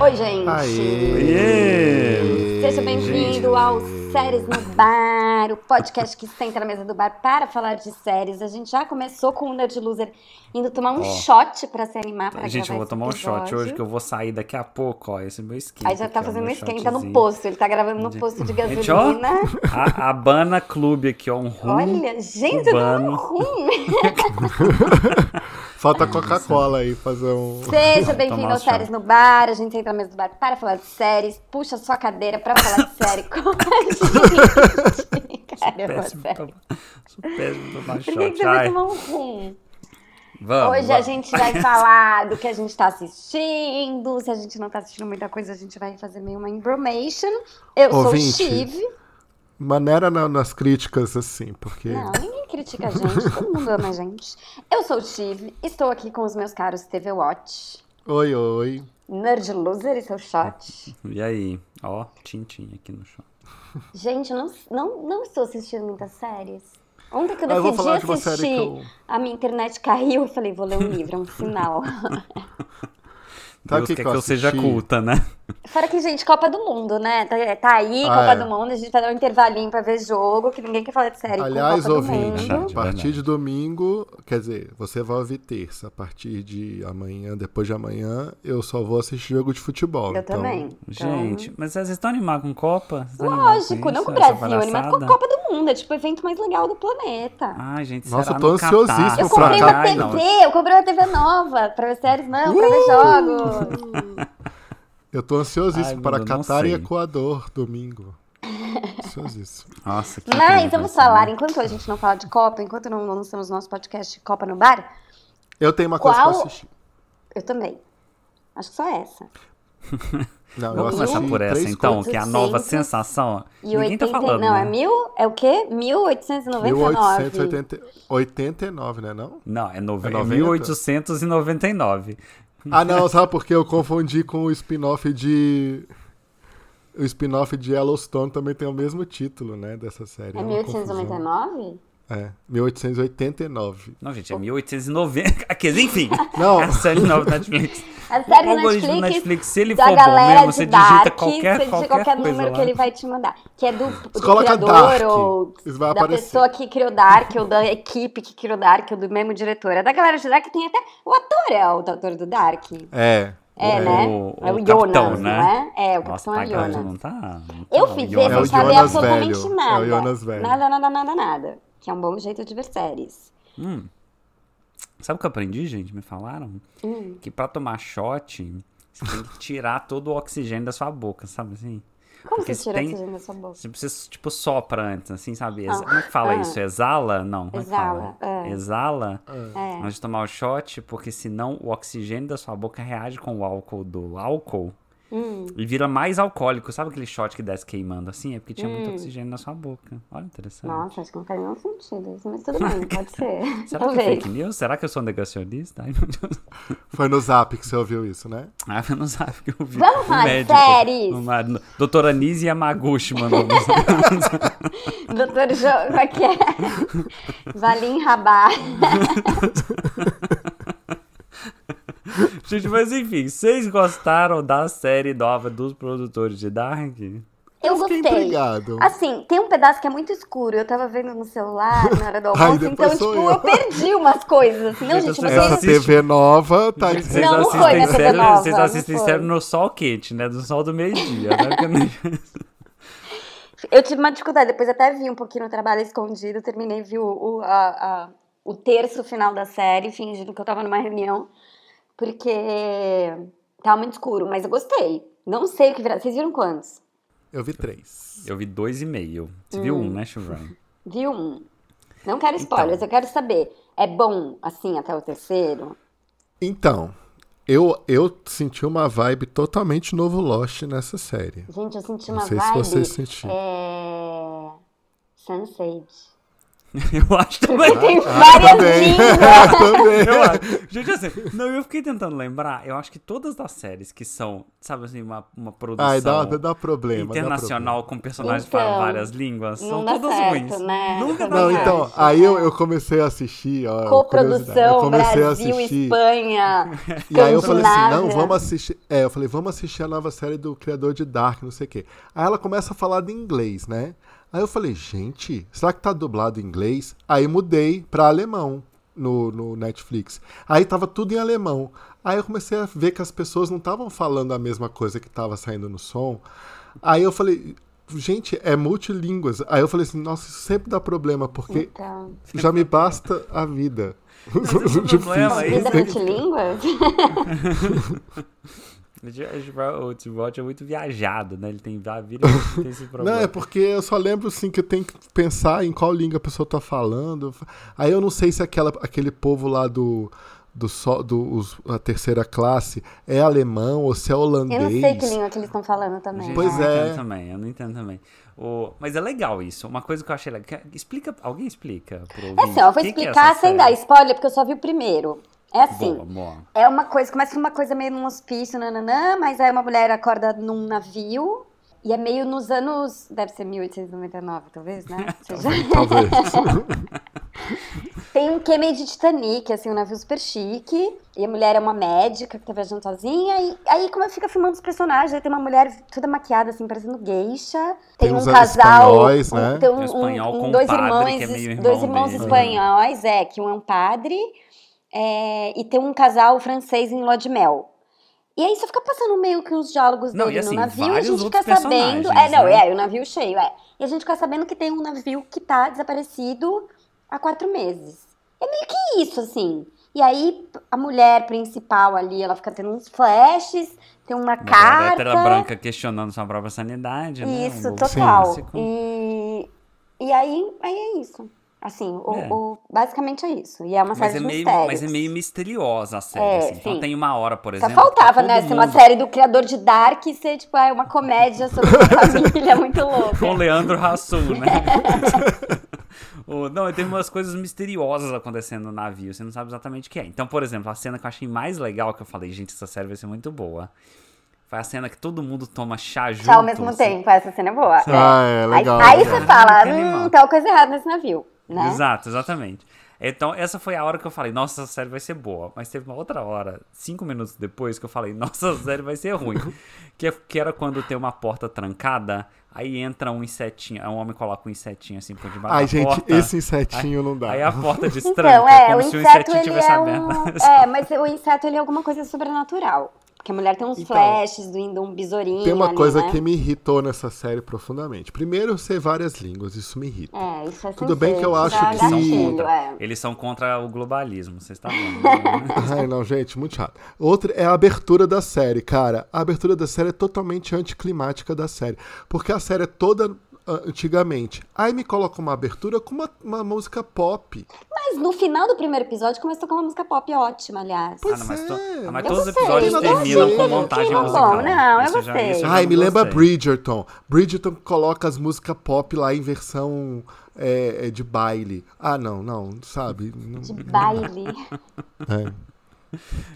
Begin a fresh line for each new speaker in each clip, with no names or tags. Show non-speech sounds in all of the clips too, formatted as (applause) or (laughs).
Oi, gente!
Oiê!
Seja bem-vindo ao Séries no Bar, o podcast que senta na mesa do bar para falar de séries. A gente já começou com o Nerd Loser indo tomar um
Ó.
shot para se animar para
Gente, eu vou tomar um shot hoje que eu vou sair daqui a pouco, ó. Esse é meu esquenta.
Aí já tá
aqui, ó,
fazendo um
meu
esquenta no
shotzinho.
posto, ele tá gravando no
Gente,
posto de
gente, ó.
gasolina.
A Habana Clube aqui, ó. Um rum.
Olha, gente, eu tô
Urbano.
ruim!
Falta Coca-Cola aí fazer um.
(laughs)
Seja bem-vindo
tomar
ao
um chá.
Séries no Bar, a gente entra na mesa do bar para falar de séries, puxa sua cadeira para falar de série (laughs) com a
(laughs)
gente. Caramba,
Péssimo pra,
sério.
sou péssimo pra tomar
Por que, que
shot.
você vai
Ai,
tomar um rum?
vamos,
Hoje a
vamos.
gente vai
(laughs)
falar do que a gente tá assistindo, se a gente não tá assistindo muita coisa, a gente vai fazer meio uma embromation. Eu
Ouvinte.
sou o Steve.
Maneira na- nas críticas, assim, porque.
Não, ninguém critica a gente, todo mundo ama a gente. Eu sou o Steve, estou aqui com os meus caros TV Watch,
Oi, oi.
Nerd Loser e seu shot.
E aí? Ó, tintim aqui no chão.
Gente, eu não, não, não estou assistindo muitas séries. Ontem que eu
Ah, eu vou
decidi
falar de uma
assistir,
série que eu-
a minha internet caiu. Eu falei, vou ler um livro, é um
(laughs)
sinal.
Sabe
Deus
o que
quer
que eu
que eu seja
assisti?
culta, né?
Fora que, gente, Copa do Mundo, né? Tá, tá aí,
Ah,
Copa
é.
do Mundo, a gente vai dar um intervalinho pra ver jogo, que ninguém quer falar de série
Aliás, né?
com Copa do
ouvinte,
Mundo.
Verdade,
a partir
verdade.
de domingo, quer dizer, você vai ouvir terça. A partir de amanhã, depois de amanhã, eu só vou assistir jogo de futebol.
Eu
então,
também. Então,
Gente, mas vocês estão animados com Copa? Vocês estão animados com
Lógico, não
isso,
com o
essa
Brasil, animado com
palhaçada?
a Copa do Mundo. É tipo o evento mais legal do planeta.
Ai, gente,
Nossa,
será
eu tô
no Catar?
ansiosíssimo
Eu
não,
comprei
pra
uma
cá,
Ah, Ai,
TV,
não.
eu comprei uma TV nova pra ver séries, não, pra ver jogos.
Eu tô ansiosíssimo
Ai,
para
Duda, não
Catar e
sei.
Equador
(laughs)
domingo. Ansiosíssimo.
Nossa, que
Mas
incrível
vamos
isso, né?
falar, enquanto a gente não fala de Copa, enquanto não lançamos nosso podcast Copa no Bar,
Eu tenho uma coisa
Qual-
pra assistir.
eu também. Acho que só essa.
Não, eu
Vamos começar
assisti
por essa,
três
então,
coisas.
que é a nova
800.
sensação.
E
Ninguém
80,
tá falando,
não, é
né?
mil, é o quê? 1899.
1889, né não?
Não, é, nove...
É
é
90?
1899.
Ah, não, sabe por quê? Eu confundi com o spin-off de. O spin-off de Yellowstone também tem o mesmo título, né? Dessa série.
É
uma
1899?
confusão. É, 1889.
Não, gente, é 1890. (laughs) Aqueles, enfim.
Não.
É a série nova da Netflix.
A (laughs) série do
o Um algoritmo
É Netflix,
do Netflix, se ele
da
for bom
galera
mesmo,
de
você digita
Dark,
qualquer,
você digita
qualquer,
qualquer
coisa
número
lá.
que ele vai te mandar. Que é do, do
Coloca
criador
Dark,
ou
isso vai
da
aparecer.
pessoa que criou Dark, ou da equipe que criou Dark, ou do mesmo diretor. É da galera de Dark, tem até o ator, é o ator do Dark.
É.
É,
O-
né? é o,
o
Jonas,
capitão, né?
não é? É, o Capitão
Nossa, tá
é o
grande,
Jonas.
não tá? Não tá,
Eu
o
fiz ver
Jonas.
sem
o
saber
Jonas
absolutamente
velho,
nada.
é o Jonas velho.
Nada, nada, nada, nada. Que é um bom jeito de ver séries.
Hum. Sabe o que eu aprendi, gente? Me falaram
Hum.
que pra tomar shot, você tem que tirar todo o oxigênio da sua boca, sabe assim?
Como
Porque
você tira
tem-
oxigênio da sua boca?
Você precisa, tipo, sopra antes, assim, sabe? Exa-
Ah,
Como é que fala
ah.
isso? Exala? Não, como é que
Exala,
fala?
é.
Exala
É.
antes de tomar o shot, porque senão o oxigênio da sua boca reage com o álcool do álcool
Hum.
e vira mais alcoólico. Sabe aquele shot que desce queimando assim? É porque tinha muito
Hum.
oxigênio na sua boca. Olha, interessante.
Nossa, acho que não faz nenhum sentido isso, mas tudo bem, pode ser.
Será que é
Talvez.
fake news? Será que eu sou negacionista? Ai, meu Deus.
Foi no zap que você ouviu isso, né?
Ah, eu não sabe o que eu vi.
Vamos
Um
falar de
médico,
séries?
uma- doutora Nise Yamaguchi mandou.
Doutor Jo, como é que é? Valim Rabá.
(laughs) Gente, mas enfim, vocês gostaram da série nova dos produtores de Dark?
Eu gostei.
Fiquei intrigado.
Assim, tem um pedaço que é muito escuro. Eu tava vendo no celular na hora do
Ai,
almoço, então,
depois
tipo,
sou
eu.
eu.
perdi umas coisas. Assim, não,
Gente,
gente,
eu
vocês
Essa
assisti-
TV nova tá
Gente,
dizendo.
Não, não foi na TV
série,
nova,
vocês
não
assistem
foi.
série no sol quente, né? Do sol do meio-dia. né? Porque-
Eu tive uma dificuldade, depois até vi um pouquinho no trabalho escondido, terminei, vi o, o, a- a- o terço final da série, fingindo que eu tava numa reunião, porque tava muito escuro, mas eu gostei. Não sei o que virá. Vocês viram quantos?
Eu vi três.
Eu vi dois e meio. Você viu
Hum.
um, né, Chuvran?
Vi um. Não quero
Então.
spoilers, eu quero saber. É bom, assim, até o terceiro?
Então, eu, eu senti uma vibe totalmente novo Lost
(laughs)
nessa série.
Gente, eu senti
Não
uma
sei se
vibe.
vocês sentiram.
É... Sunset.
(laughs) Eu acho
(laughs)
também.
Porque tem
Ah,
várias
também. (laughs)
línguas. é?
também.
Eu acho. Gente, assim, não, eu fiquei tentando lembrar. Eu acho que todas as séries que são, sabe assim, uma, uma produção
Ai, dá, dá problema. dá
internacional com personagens que
Então,
falam várias línguas
não
são
dá
todas
certo,
ruins.
né?
Nunca dá
Não,
Também
certo.
então,
acho.
aí eu, eu comecei a assistir, ó. curiosidade, eu
Coprodução,
comecei a
Brasil,
assistir.
Espanha.
E aí eu falei assim, não,
Escandinávia.
vamos assistir. É, eu falei, vamos assistir a nova série do criador de Dark, não sei o quê. Aí ela começa a falar de inglês, né? Aí eu falei, gente, será que tá dublado em inglês? Aí mudei pra alemão no, no Netflix. Aí tava tudo em alemão. Aí eu comecei a ver que as pessoas não estavam falando a mesma coisa que tava saindo no som. Aí eu falei, gente, é multilínguas. Aí eu falei assim, nossa, isso sempre dá problema,
(laughs)
porque
Então,
já me basta a vida. (laughs)
esse é o problema,
a
Mas
vida
tem-
multilínguas?
O Tivote é muito viajado, né? Ele tem, a vida, ele tem esse problema.
Não, é porque eu só lembro assim que eu tenho que pensar em qual língua a pessoa tá falando. Aí eu não sei se aquela, aquele povo lá do do, só- do os- a terceira classe é alemão ou se é
Eu
holandês.
não sei que língua que eles estão falando também.
Gente,
Pois
eu
né?
não
é.
entendo também, eu não entendo também. O- mas é legal isso. Uma coisa que eu achei legal. que- Explica, alguém explica pro
É
ouvinte,
assim, ó, eu vou
o que que é
explicar
essa
sem dar
série?
spoiler, porque eu só vi o primeiro. É assim,
Boa, boa.
é uma coisa, começa com uma coisa meio num hospício, nananã, mas aí uma mulher acorda num navio, e é meio nos anos, deve ser 1899, talvez,
(laughs)
né? Seja- (laughs)
(laughs) Talvez.
Tem um quê meio de Titanic, assim, um navio super chique. E a mulher é uma médica que tá viajando sozinha. E aí, como eu fico filmando os personagens, aí tem uma mulher toda maquiada, assim, parecendo geisha. Tem,
Tem
um
uns
casal.
espanhóis,
um-
né?
Tem
Tem um espanhol
um,
com
um,
um
dois
padre,
irmãos,
que é meio irmão
dois irmãos
dele.
espanhóis, é, que um é um padre. é, e tem um casal francês em Ló de Mel. E aí você fica passando meio que os diálogos
Não,
dele
e assim,
no navio e a
vários
gente fica
outros
sabendo. É,
personagens,
não,
né?
é, o navio cheio, é. E a gente fica sabendo que tem um navio que tá desaparecido há quatro meses. É meio que isso, assim. E aí a mulher principal ali, ela fica tendo uns flashes, tem uma
Uma
carta.
letra branca questionando sua própria sanidade, né?
Isso,
Um
total.
clássico.
E, e aí, aí é isso. Assim, o,
É.
o- basicamente é isso. E é uma série
Mas é,
de
meio,
mistérios.
mas é meio misteriosa a série,
É,
assim. Então
sim.
tem uma hora, por
Só
exemplo. que tá
faltava,
todo
né? Ser uma
mundo-
série do criador de Dark e ser, tipo, ah, uma comédia sobre uma
(laughs)
família muito
Com o
louca.
Leandro Hassum, né? (laughs) O- não, e tem umas coisas misteriosas acontecendo no navio, você não sabe exatamente o que é. Então, por exemplo, a cena que eu achei mais legal, que eu falei, gente, essa série vai ser muito boa, foi a cena que todo mundo toma chá junto.
Tchau ao mesmo tempo, essa cena é boa. É.
ah, é
Aí-
legal.
Aí,
né?
você fala,
Ah, que
hum,
animal.
tem uma coisa errada nesse navio, né?
Exato, exatamente. Então, essa foi a hora que eu falei, nossa, essa série vai ser boa. Mas teve uma outra hora, cinco minutos depois, que eu falei, (laughs) nossa, essa série vai ser ruim. que, é- que era quando tem uma porta trancada, aí entra um insetinho, um homem coloca um insetinho assim por debaixo
Ai,
da
gente,
porta.
esse insetinho não dá.
Aí a
(laughs)
porta destranca,
Então, é, o
como se o
inseto
insetinho
ele
tivesse
é
(laughs) aberto.
um. É, mas o inseto ele é alguma coisa sobrenatural. Porque a mulher tem uns
Então,
flashes do indo um besourinho.
Tem uma
ali,
coisa
né?
que me irritou nessa série profundamente. Primeiro, eu sei várias línguas, isso me irrita.
É, isso é
Tudo bem que eu
sensei,
acho
já dá
que-
Eles são
gatilho,
contra,
é.
eles são contra o globalismo, vocês estão
(laughs)
vendo. né?
Ai, não, gente, muito chato. Outra é a abertura da série, cara. A abertura da série é totalmente anticlimática da série. Porque a série é toda ah, antigamente. Aí me coloca uma abertura com uma, uma música pop.
Mas no final do primeiro episódio começa a tocar uma música pop ótima, aliás.
Pois
Ah, não, mas, to-
é.
ah, mas
Eu
todos os
gostei,
episódios
eu
terminam
gostei,
com
teve um
montagem
clima
musical.
bom, não, eu
Isso já-
gostei.
isso eu já
Ai, me
não
lembra
gostei.
Bridgerton. Bridgerton coloca as músicas pop lá em versão é, é, de baile. Ah, não, não, sabe? Não-
(laughs)
De baile.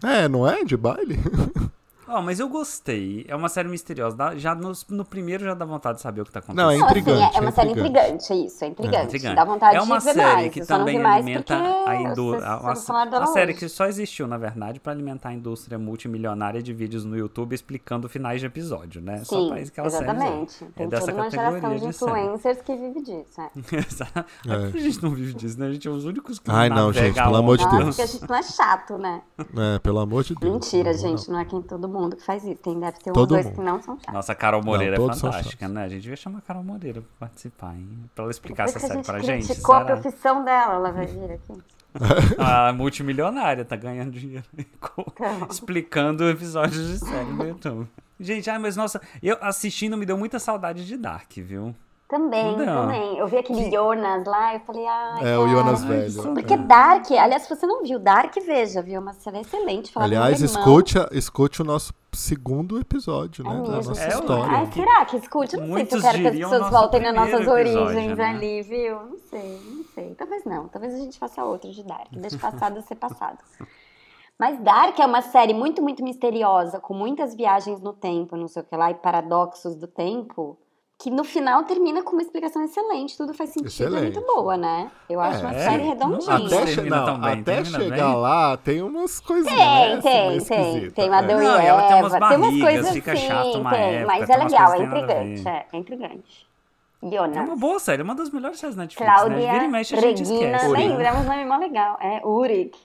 é. é, não é de
(laughs)
baile?
Ó, mas eu gostei. É uma série misteriosa. Dá- Já nos- no, primeiro já dá vontade de saber o que tá acontecendo.
Não, é
Não, assim,
intrigante.
é, é uma série
intrigante.
intrigante, isso, é intrigante.
Intrigante.
Dá vontade
é uma
de ver
série
mais.
que
eu só não vi
também
mais
alimenta
porque
a
vocês-
indústria.
vocês falaram dela
Uma série
hoje.
que só existiu, na verdade, pra alimentar a indústria multimilionária de vídeos no YouTube explicando finais de episódio, né? só
Sim,
pra isso que elas
exatamente.
servem.
Tem
é dessa
toda uma geração
categoria é.
de
de série. (laughs)
influencers que vive disso. É.
Exato.
É.
A gente não vive disso, né? A gente é os únicos que
Ai, não,
navega
gente, pelo amor de
a
Nossa,
Deus.
onda.
porque a gente não é chato, né?
É, pelo amor de Deus.
Mentira,
Não,
gente. Não é quem todo mundo que faz isso. Tem, deve ter uns
Todo
dois
mundo.
que não são chatos.
Nossa, a Carol Moreira é
todos são
fantástica, né? A gente devia chamar a Carol Moreira pra participar, hein? Pra ela explicar
Depois
essa
que a
série
gente
pra gente.
criticou a
será?
profissão dela, ela vai vir aqui.
Não, Ela é multimilionária, tá ganhando dinheiro com-
(laughs) Então.
explicando episódios de série no YouTube. Gente, ai, mas nossa, eu assistindo me deu muita saudade de Dark, viu?
Também,
Não.
também. Eu vi aquele Jonas lá, eu falei, ah.
É, o Jonas
Ai,
Velho.
sim.
Porque Dark, aliás, se você não viu Dark, veja, viu? É Uma série excelente. Fala do
Aliás,
meu Tá irmão.
escute, a- escute o nosso segundo episódio,
É
né? Da
mesmo.
nossa
É, ué.
história.
Ai, será que escute? Não sei se eu
Muitos
quero que as
diriam
pessoas
nosso
voltem nas nossas
primeiro episódio,
origens
né?
ali, viu? Não sei, não sei. Talvez não. Talvez a gente faça outro de Dark. Deixa o passado ser
(laughs)
passado. Mas Dark é uma série muito, muito misteriosa, com muitas viagens no tempo, não sei o que lá, e paradoxos do tempo, que no final termina com uma explicação excelente, tudo faz sentido,
Excelente.
é muito boa, né? Eu acho uma
É,
série
não-
redondinha.
Até, che-
Termina
não,
tão bem,
até
termina
chegar
bem.
lá, tem umas coisinhas.
Tem,
né,
tem,
assim, meio
tem.
esquisita.
Tem uma
É.
Adão e
Não, e ela tem umas
Eva, tem umas
barrigas,
coisas
fica
assim,
chato uma
tem,
época,
mas
tem
é
umas
legal, é
coisas que tem nada a
intrigante,
ver.
é, é intrigante.
É uma
Jonas,
boa série, uma das melhores séries da Netflix, né? Vira e
Cláudia,
mexe, a gente
Regina,
esquece. né?
Uri.
lembra, é um nome mó legal, é, Uric.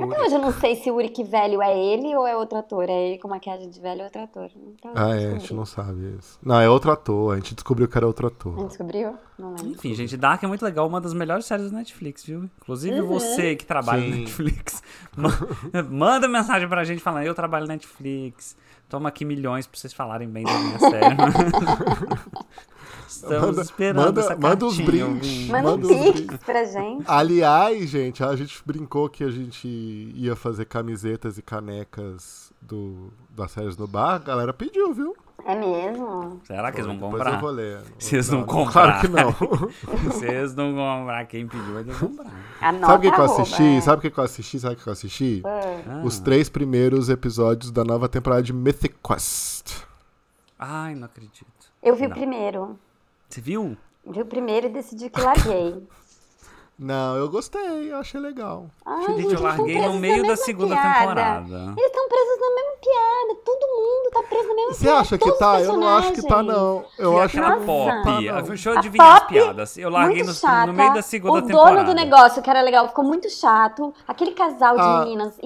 Até hoje eu não sei se o Uric velho é ele ou é outro ator, é ele com maquiagem de velho ou outro ator. Então,
Ah, é, a gente não sabe isso. Não, é outro ator, a gente descobriu que era outro
Não
ator.
descobriu? Não lembro.
Enfim, gente, Dark é muito legal, uma das melhores séries da Netflix, viu?
Uhum.
Inclusive você que trabalha na
Sim.
Netflix, (laughs) ma- manda mensagem pra gente falando, eu trabalho na Netflix, toma aqui milhões pra vocês falarem bem da
(laughs)
minha série. Estamos
Manda-
esperando
manda-
essa
manda os
cartinha,
brindes.
ouvinte.
Manda um
Manda um
pix pra gente.
Aliás, gente, a gente brincou que a gente ia fazer camisetas e canecas do, das séries no bar. A galera pediu, viu?
É mesmo?
Será É que eles vão
Depois
comprar?
eu vou ler.
Vocês não
Claro que
compraram.
não.
(laughs)
(laughs)
(laughs) Vocês não vão comprar, quem pediu vai ter que comprar.
Anota
sabe o que, que eu
arroba,
assisti?
é.
Sabe o que, que eu assisti? Sabe o que eu assisti?
Ah,
Os três primeiros episódios da nova temporada de Mythic Quest.
Ai, não acredito.
Eu vi
Não.
o primeiro.
Você viu?
Vi o primeiro e decidi que larguei.
Não, eu gostei, eu achei legal.
Ai,
Gente,
eles
eu
tão
larguei no
presos na
meio da
mesma
segunda
piada.
temporada.
Eles estão presos na mesma piada. Todo mundo tá preso na mesma
Você
piada.
acha que
todos os
tá? Eu não acho que tá,
personagens.
não. Eu
e
acho que é
aquela
Nossa.
Tá
pop.
bom.
Ah, Deixa eu
A
adivinhar as
pop,
piadas. Eu larguei
Muito
no,
chata.
no meio da segunda
o
temporada.
dono do negócio, que era legal, ficou muito chato. Aquele casal de
Ah.
meninas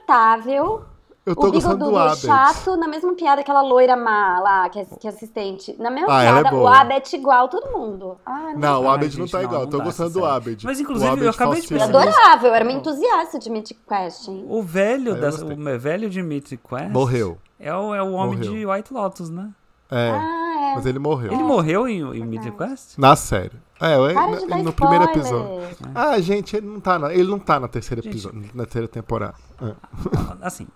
insuportável.
eu tô
tá? O
gostando do
Bigodudo
Abed.
chato, na mesma piada aquela loira má lá, que é, que é assistente. Na mesma
Ah, ela é
piada, o
boa.
Abed igual todo mundo. Ah, não.
Não, o
Ai,
Abed não
gente,
tá
não,
igual.
não
Eu tô
dá,
gostando do
sincero.
Abed.
Mas,
O
inclusive, eu
Abed assim,
acabei de
Eu
falseta.
perceber.
adorava, eu é era uma entusiasta de Mythic Quest. hein?
O velho,
eu
das,
gostei.
o meu velho de Mythic Quest
Morreu.
é o, é o homem
Morreu.
de White Lotus, né?
É,
Ah, é.
mas ele morreu.
Ele morreu em, em Mythic Quest?
Na série. É, eu-
Para de
no
dar spoiler.
primeiro episódio. Ah, gente, ele não tá na, ele não tá na terceira
Gente.
episódio, na terceira temporada. É.
Assim,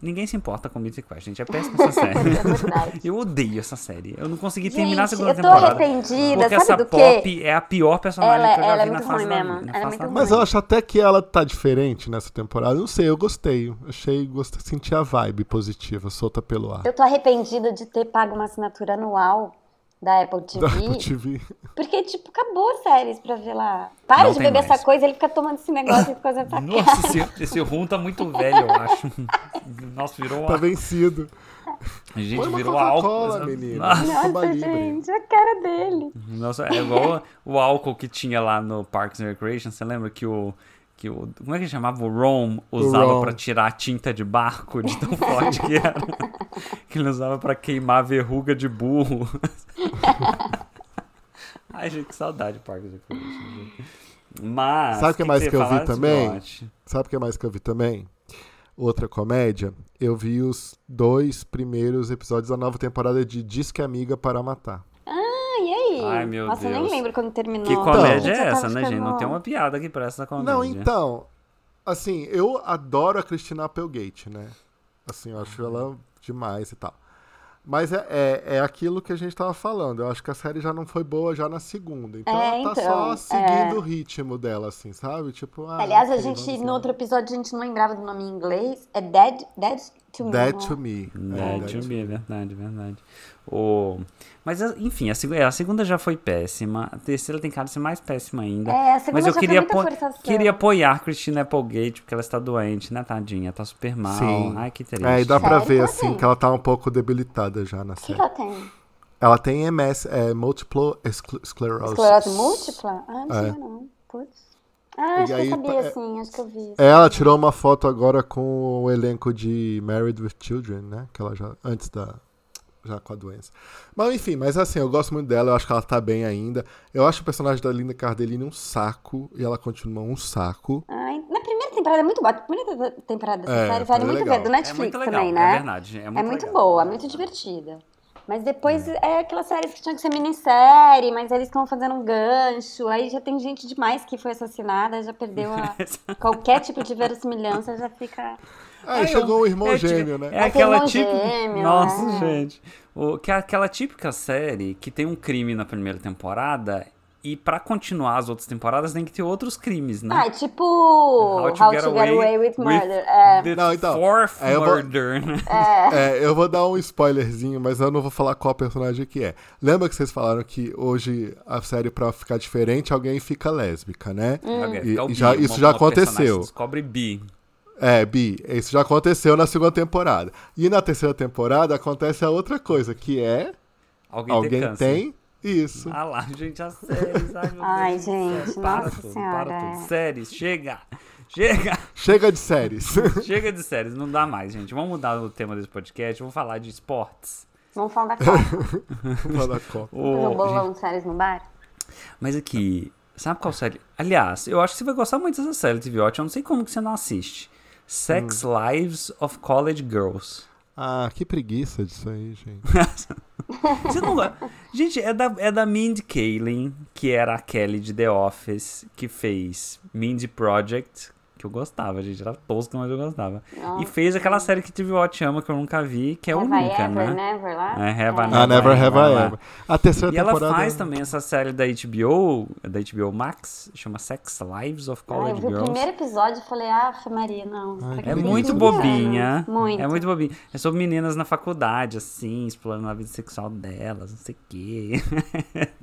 ninguém se importa com Mythic Quest, gente. É péssima essa
(laughs) É
série.
verdade.
eu odeio essa série. Eu não consegui
Gente,
terminar a segunda
eu tô
temporada.
arrependida,
Porque
sabe
essa
do quê?
pop é a pior personagem
Ela-
que eu já
ela é
vi na
muito
face
ruim
da,
mesmo.
na
Ela é
face da
muito
Mas eu acho até que ela tá diferente nessa temporada. Eu Não sei, eu gostei. Eu Achei, gostei, senti a vibe positiva, solta pelo ar.
Eu tô arrependida de ter pago uma assinatura anual da
(laughs)
Apple TV.
(laughs) Da Apple TV.
Porque, tipo, acabou as séries pra ver lá. Para
Não
de
tem
beber
mais.
essa coisa, ele fica tomando esse negócio e fica fazendo essa cara.
Nossa, esse, esse rum tá muito velho, eu acho. (laughs) Nossa, virou uma.
Tá vencido.
A Ah, gente
Põe uma
virou álcool.
Coca-Cola, menino.
Nossa,
Cuba
(laughs) Nossa,
Libre.
gente, a cara dele.
Nossa, é igual o álcool que tinha lá no Parks and Recreation. Você lembra que o. Que o como é que chamava? O Rome usava
Ron.
pra tirar a tinta de barco de tão forte
(laughs)
que era. que ele usava pra queimar a verruga de burro. (laughs) Ai, gente, que saudade de Parks and Recreation. gente. Mas.
Sabe o que mais
você
que eu
ia
vi
falar,
também?
Scott?
Sabe o que mais que eu vi também? Outra comédia. Eu vi os dois primeiros episódios da nova temporada de Disque Amiga para Matar.
Ah, e aí?
Ai, meu
Nossa, eu nem
Deus.
lembro quando terminou.
Que comédia
Gente,
é
eu tava
essa, né, gente? Não
ficando-
tem uma piada que presta essa comédia.
Então. Não, então. Assim, eu adoro a Christina Applegate, né? Assim, eu acho
Uhum.
ela demais e tal. Mas é, é, é aquilo que a gente tava falando. Eu acho que a série já não foi boa já na segunda. Então
É,
ela tá
então,
só seguindo o ritmo dela, assim, sabe? Tipo, ah,
Aliás, a
ok,
gente,
vamos
no
lá.
outro episódio, a gente não lembrava do nome em inglês. É Dead, dead to Me.
Dead
né?
to Me.
É,
É, Dead
to
to
me, é verdade, verdade. O... Mas, a- enfim, a, seg- a segunda já foi péssima. A terceira tem cara de ser mais péssima ainda.
É, a segunda
Mas
já
eu
foi
queria,
muita forçação.
queria apoiar Christina Applegate, porque ela está doente, né, tadinha? Tá super mal.
Sim.
Ai, que triste.
É, e dá pra
Sério?
ver,
Como
assim,
assim?
que ela tá um pouco debilitada já na
O que,
série.
que ela tem?
Ela tem MS, é, Multiple escl- Sclerosis.
Esclerose múltipla? Ah, não
assim, É.
sei não. Putz. Ah, acho
E
que eu
aí,
sabia,
é-
sim. Acho que eu vi.
Ela tirou uma foto agora com o elenco de Married with Children, né? Que ela já, antes da, já com a doença. Mas enfim, mas assim, eu gosto muito dela, eu acho que ela tá bem ainda. Eu acho o personagem da Linda Cardellini um saco, e ela continua um saco.
Ai, na primeira temporada é muito boa. A primeira te- temporada dessa
É,
série vale
foi
muito a
legal.
pena. Do
É
Netflix
muito legal,
também,
é
né?
verdade. É
É
muito,
muito
legal.
boa,
(laughs)
muito divertida. Mas depois é. aquelas séries que tinham que ser minissérie, mas eles estão fazendo um gancho. Aí já tem gente demais que foi assassinada, já perdeu a- (laughs) qualquer tipo de verossimilhança, já fica.
Aí
Ai,
chegou
eu-
o irmão
é ti-
gêmeo, né?
É
Aquele
aquela
irmão
típica.
gêmeo,
Nossa,
né?
gente. O, que é aquela típica série que tem um crime na primeira temporada E pra continuar as outras temporadas tem que ter outros crimes, né?
Ah, é tipo How to, Get, Away, with Murder. É,
the
Não, então,
Fourth
aí eu vou-
Murder. né?
É, eu vou dar um spoilerzinho, mas eu não vou falar qual personagem que é. Lembra que vocês falaram que hoje a série, pra ficar diferente, alguém fica lésbica, né?
Ok,
E-
tá o
e
bi,
já-
uma-
isso já
uma personagem
aconteceu.
Descobre bi.
É, Bi, isso já aconteceu na segunda temporada. E na terceira temporada acontece a outra coisa, que é.
Alguém,
Alguém
tem câncer.
tem isso.
Ah lá, gente, as séries. Ai, meu
(laughs) Ai,
Deus do céu,
gente,
para
nossa
tudo,
senhora,
Para tudo.
é.
Séries, chega. Chega. (laughs)
Chega de séries.
Chega de séries, não dá mais, gente. Vamos mudar o tema desse podcast, vamos falar de esportes.
Vamos (laughs) falar da Copa.
Vou dar conta.
Ô,
Fazer um bolão de séries no bar?
gente, mas aqui, sabe qual série? Aliás, eu acho que você vai gostar muito dessa série, Tiviotti. Eu não sei como que você não assiste. Sex Lives of College Girls.
ah, que preguiça disso aí, gente.
Você não gosta? Gente, é da, é da Mindy Kaling, que era a Kelly de The Office, que fez Mindy Project, que eu gostava, gente. Era tosca, mas eu gostava. E fez aquela série que Tiviotti ama, que eu nunca vi, que é o
Have I
Nunca,
Ever,
né?
Never lá?
É, Have I
Ah, Never Have
vai
I
lá.
Ever. A terceira
E ela
temporada. é
faz também essa série da HBO, da HBO Max, chama Sex Lives of
Ah, eu
College
vi o
Girls.
primeiro episódio e falei, ah, Maria, não. isso
Ai,
aqui
É
que
muito
não funciona."
bobinha.
Muito.
É muito bobinha. É sobre meninas na faculdade, assim, explorando a vida sexual delas, não sei o quê. (laughs)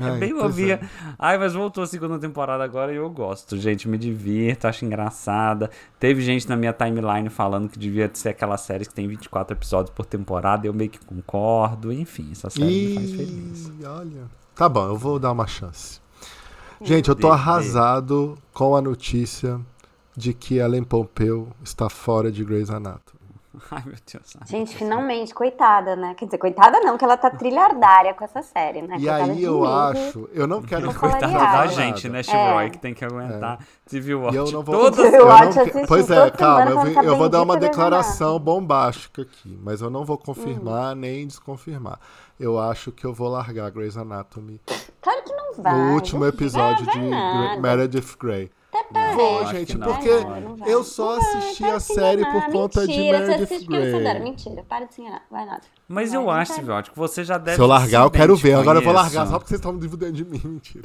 É
Ai,
bem
pois
bobinha.
é.
Ai, mas voltou a segunda temporada agora e eu gosto, gente. Me divirto, acho engraçada. Teve gente na minha timeline falando que devia ser aquelas séries que tem 24 episódios por temporada. Eu meio que concordo. Enfim, essa série me faz feliz. (laughs)
Ih, olha. Tá bom, eu vou dar uma chance. Gente, eu tô
Vê,
arrasado com a notícia de que Ellen Pompeu está fora de Grey's Anatomy.
Ai, meu Deus. Ai,
Gente,
(laughs)
finalmente, coitada, né? Quer dizer, coitada não, que ela tá trilhardária com essa série, né?
E
Coitada
aí
de
eu
mim,
acho, eu não quero
Vou falar
Coitada da
Aliás.
gente,
É.
né, Chivroy, que tem que aguentar TV Watch.
É. E eu não vou. (laughs)
Todas
eu
Eu acho
não
assim,
Pois
toda
é,
semana
calma, eu,
vai
vi-
ficar
eu vou dar uma
bendita Grey's
declaração bombástica aqui, mas eu não vou confirmar
Hum.
nem desconfirmar. Eu acho que eu vou largar Grey's Anatomy
Claro que não vai. É
no último
não
episódio
vai,
de
vai
Grey-
nada.
Meredith Grey.
Até
Vou,
parece.
acho
gente,
que não,
porque
olha.
Não vai.
eu só
Não vai,
assisti
claro
a
que
série
não
por
vai.
conta de
Mentira, você
Meredith
assiste porque você adora.
Grey.
Mentira, para de se enganar. Vai lá.
Mas
Vai,
eu
não
acho,
vai.
Chivroy, que você já deve
Se eu largar, eu
bem
quero
te
ver. Agora eu vou
conheço.
largar só porque vocês estão me duvidando de mim, mentira.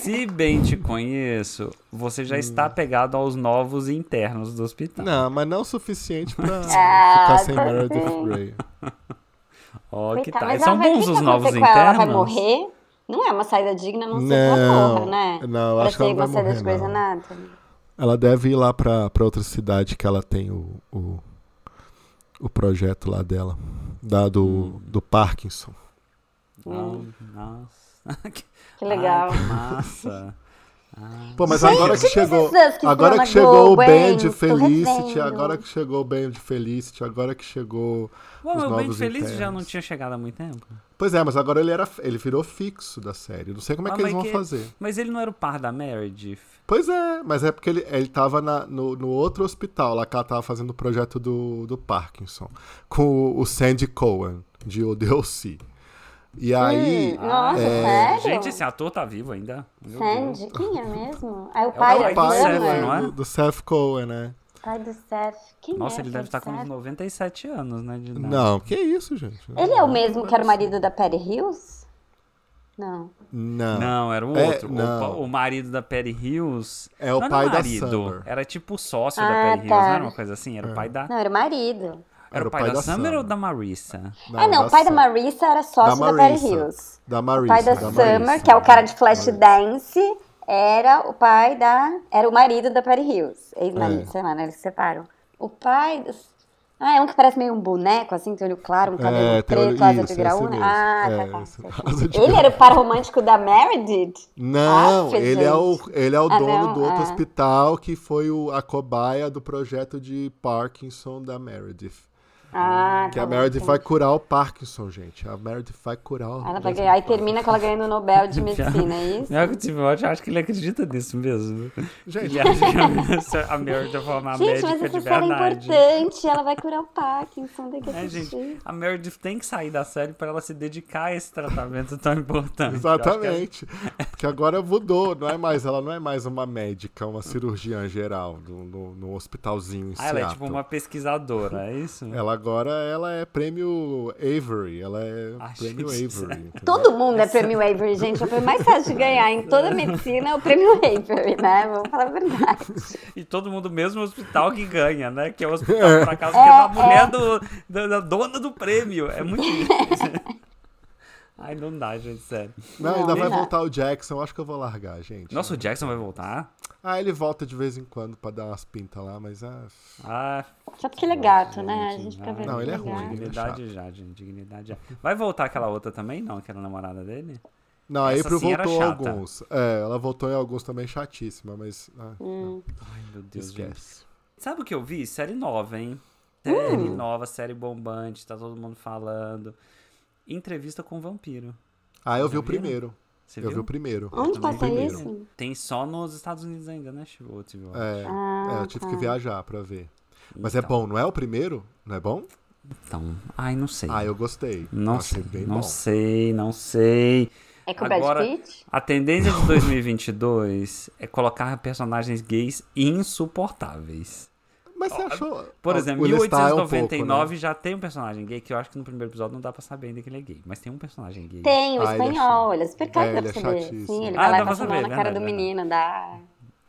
Se bem te conheço, você já está apegado aos novos internos do hospital.
Hum. Tá. Não, mas não o suficiente pra
Ah,
ficar sem
tá
Meredith
bem.
Grey.
Ó, que
Coitada,
tá.
mas
São
ela vai-
bons
o que
os
que
novos
acontecer com ela? Ela vai
internos.
morrer? Não é uma saída digna, a não, ser que
Não,
ela morra, né?
não,
pra
acho que
ser
ela não vai
igual a saída de
morrer,
Grey's
não.
Anatomy.
Ela deve ir lá pra, pra outra cidade que ela tem o, o, o projeto lá dela. Da, do,
Hum.
do Parkinson.
Ah,
(laughs)
nossa. Que-
Que legal.
Ai, que massa.
Pô, mas
Gente,
agora que
todas
chegou.
essas que
agora
foram
que
na
chegou o
Globo,
Ben
hein?
de
Tô
Felicity,
revendo.
agora que chegou o Ben de Felicity, agora que chegou.
(laughs) Bom,
os
meu bem
novos
feliz já
internos.
não tinha chegado há muito tempo.
Pois é, mas agora ele era ele virou fixo da série. Não sei como é
Ah,
que eles
mas
vão
que-
fazer.
Mas ele não era o par da Meredith.
Pois é, mas é porque ele, ele tava na- no, no outro hospital lá que ela tava fazendo o projeto do, do Parkinson. Com o, o Sandy Cohen, de O DLC. E aí.
Hum, nossa,
É,
sério?
Gente, esse ator tá vivo ainda. Meu Deus.
Sandy? Quem é mesmo? Ah, é o
o
pai,
pai
da
do
Diana.
Seth,
né,
não é?
do, do Seth Cohen, né?
Pai do Seth. Quem é
Nossa, ele
pai
deve
do
estar com uns
Seth?
97 anos, né? de idade.
Não, que isso, gente.
Ele é o mesmo que era o marido da Perry Hills? Não.
Não.
Não, era o
É,
outro. O
não.
pa- O, marido da Perry Hills.
É o
não era
pai da
marido,
Summer. É.
Era tipo o sócio da
Ah,
Perry
tá.
Hills, não era uma coisa assim? Era o pai da.
Não, era o marido.
Era o pai, da, Summer ou da Marissa?
ah, não. O pai da Marissa era sócio da, Perry
Marissa.
Hills.
Da Marissa.
O pai da, Summer, que é o cara de Flashdance, era o pai da... Era o marido da Perry Hills. Ex-marido,
É.
sei lá, né? Eles se separam. O pai... do- Ah, é um que parece meio um boneco, assim, tem olho claro, um cabelo
É, tem olho-
preto, asa de
isso,
graúna.
esse mesmo.
Ah,
É,
tá,
esse-
tá.
asa de
Ele era o par romântico da Meredith?
Não,
Aff,
ele, é o,
gente.
ele é o
Ah,
dono
não,
do outro
ah.
hospital que foi o- a cobaia do projeto de Parkinson da Meredith.
Ah,
Hum, Que a
tá bom,
Meredith
entendi. Ah,
vai curar o Parkinson, gente. A Meredith vai curar o
Ela vai ganhar. Aí termina com ela ganhando o Nobel
(laughs)
de Medicina, é isso?
Não, que o Tim Roth, eu acho que ele acredita nisso mesmo.
Gente,
Ele acha
(laughs)
que a Marissa- a Meredith é uma
Gente,
médica
mas
de
essa série é
verdade.
importante. Ela vai curar o Parkinson, tem que
É, gente,
assistir.
a Meredith tem que é sair da série pra ela se dedicar a esse tratamento tão importante. Eu acho que ela-
exatamente. Porque agora mudou, não é mais, ela não é mais uma médica, uma cirurgiã geral no, no, no hospitalzinho em
Ah, ela é tipo
Seattle.
uma pesquisadora, é isso?
Ela agora ela é prêmio Avery, ela é
Ai,
prêmio
gente.
Avery. entendeu?
Todo mundo é prêmio Avery, gente. É o prêmio mais fácil de ganhar em toda a medicina é o prêmio Avery, né? Vamos falar a verdade.
E todo mundo, mesmo hospital que ganha, né? Que é o hospital, por acaso, que é da mulher do, da, da dona do prêmio. É
(laughs)
muito difícil. Ai, não dá, gente, sério.
Não, ainda
Não,
vai
não.
voltar o Jackson, eu acho que eu vou largar, gente.
Nossa, o Jackson vai voltar?
Ah, ele volta de vez em quando pra dar umas pintas lá, mas ah,
Ah,
Só porque ele é gato, né? A gente fica
ah,
vendo.
Não, ele é
gato.
ruim, ele é
Dignidade já, gente. Dignidade já. Vai voltar aquela outra também, não? Aquela namorada dele?
Não, a
Essa
April
sim era
voltou
chata.
alguns. É, ela voltou em alguns também chatíssima, mas. Ah,
Hum.
Ai, meu Deus, gente.
esquece.
Sabe o que eu vi? Série nova, hein? Série
Uh!
nova, série bombante, tá todo mundo falando. Entrevista com o vampiro.
Ah, eu vi
Já
o
viram?
primeiro.
Você
eu
viu?
vi o primeiro.
Onde
Eu vi o
passa
primeiro.
isso?
Tem só nos Estados Unidos ainda, né, Chivo? Chivo?
É, é, eu
Ah, tá.
tive que viajar pra ver. Mas é
Então.
bom, não é o primeiro? Não é bom?
Então, ai, não sei.
Ah, eu gostei.
Não
Achei
sei,
bem
não
bom.
sei, não sei.
É com o
Agora-
Brad Pitt?
A tendência de 2022 (laughs) é colocar personagens gays insuportáveis.
Mas você achou.
Por
Ah,
exemplo,
o
em
Will Star é um
1899
pouco, né?
já tem um personagem gay, que eu acho que no primeiro episódio não dá pra saber ainda que ele é gay. Mas tem um personagem gay.
Tem, o
Ah, ele é
espanhol.
chato.
Ele é super caro,
É,
dá
ele
pra
é
saber.
chatíssimo.
Sim, ele
Ah,
vai lá
dá
e
pra
passa a mão
saber,
na cara do
verdade,
menino, dá.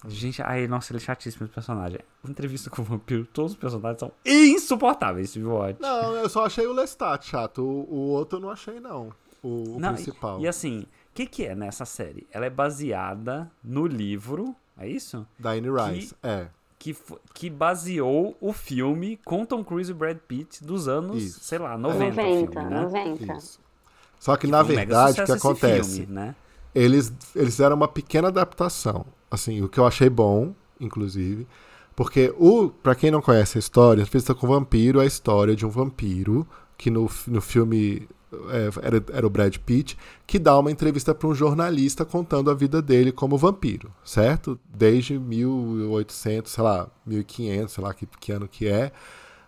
Gente, ai, nossa, ele é chatíssimo esse personagem. Entrevista com o vampiro, todos os personagens são insuportáveis, Steve Watch.
Não, eu só achei o Lestat chato. O, o outro eu não achei, não. O, o
Não, e-
principal.
E, assim, o que, que é nessa série? Ela é baseada no livro, é isso?
Da Anne Rice. É.
Que, fo- que baseou o filme com Tom Cruise e Brad Pitt dos anos,
Isso.
sei lá, 90. o
90,
filme, né?
90.
Isso. Só que, na
Foi um mega
verdade, o que
sucesso esse
acontece?
Filme, né?
eles, eles fizeram uma pequena adaptação. Assim, o que eu achei bom, inclusive. Porque, o para quem não conhece a história, Entrevista com o Vampiro é a história de um vampiro que no, fi- no filme é, era, era o Brad Pitt, que dá uma entrevista para um jornalista contando a vida dele como vampiro, certo? Desde 1800, sei lá, 1500, sei lá que, que ano que é,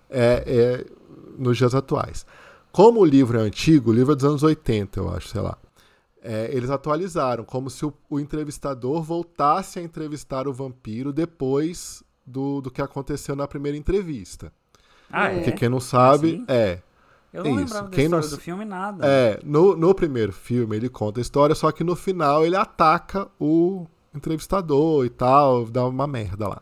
é, é, nos dias atuais. Como o livro é antigo, o livro é dos anos 80, eu acho, sei lá. É, eles atualizaram, como se o, o entrevistador voltasse a entrevistar o vampiro depois do, do que aconteceu na primeira entrevista.
Ah, é?
Porque quem não sabe,
Assim?
é.
Eu não
Isso.
lembrava da
Quem não
história
sa-
do filme nada.
É, no, no primeiro filme ele conta a história, só que no final ele ataca o entrevistador e tal, dá uma merda lá.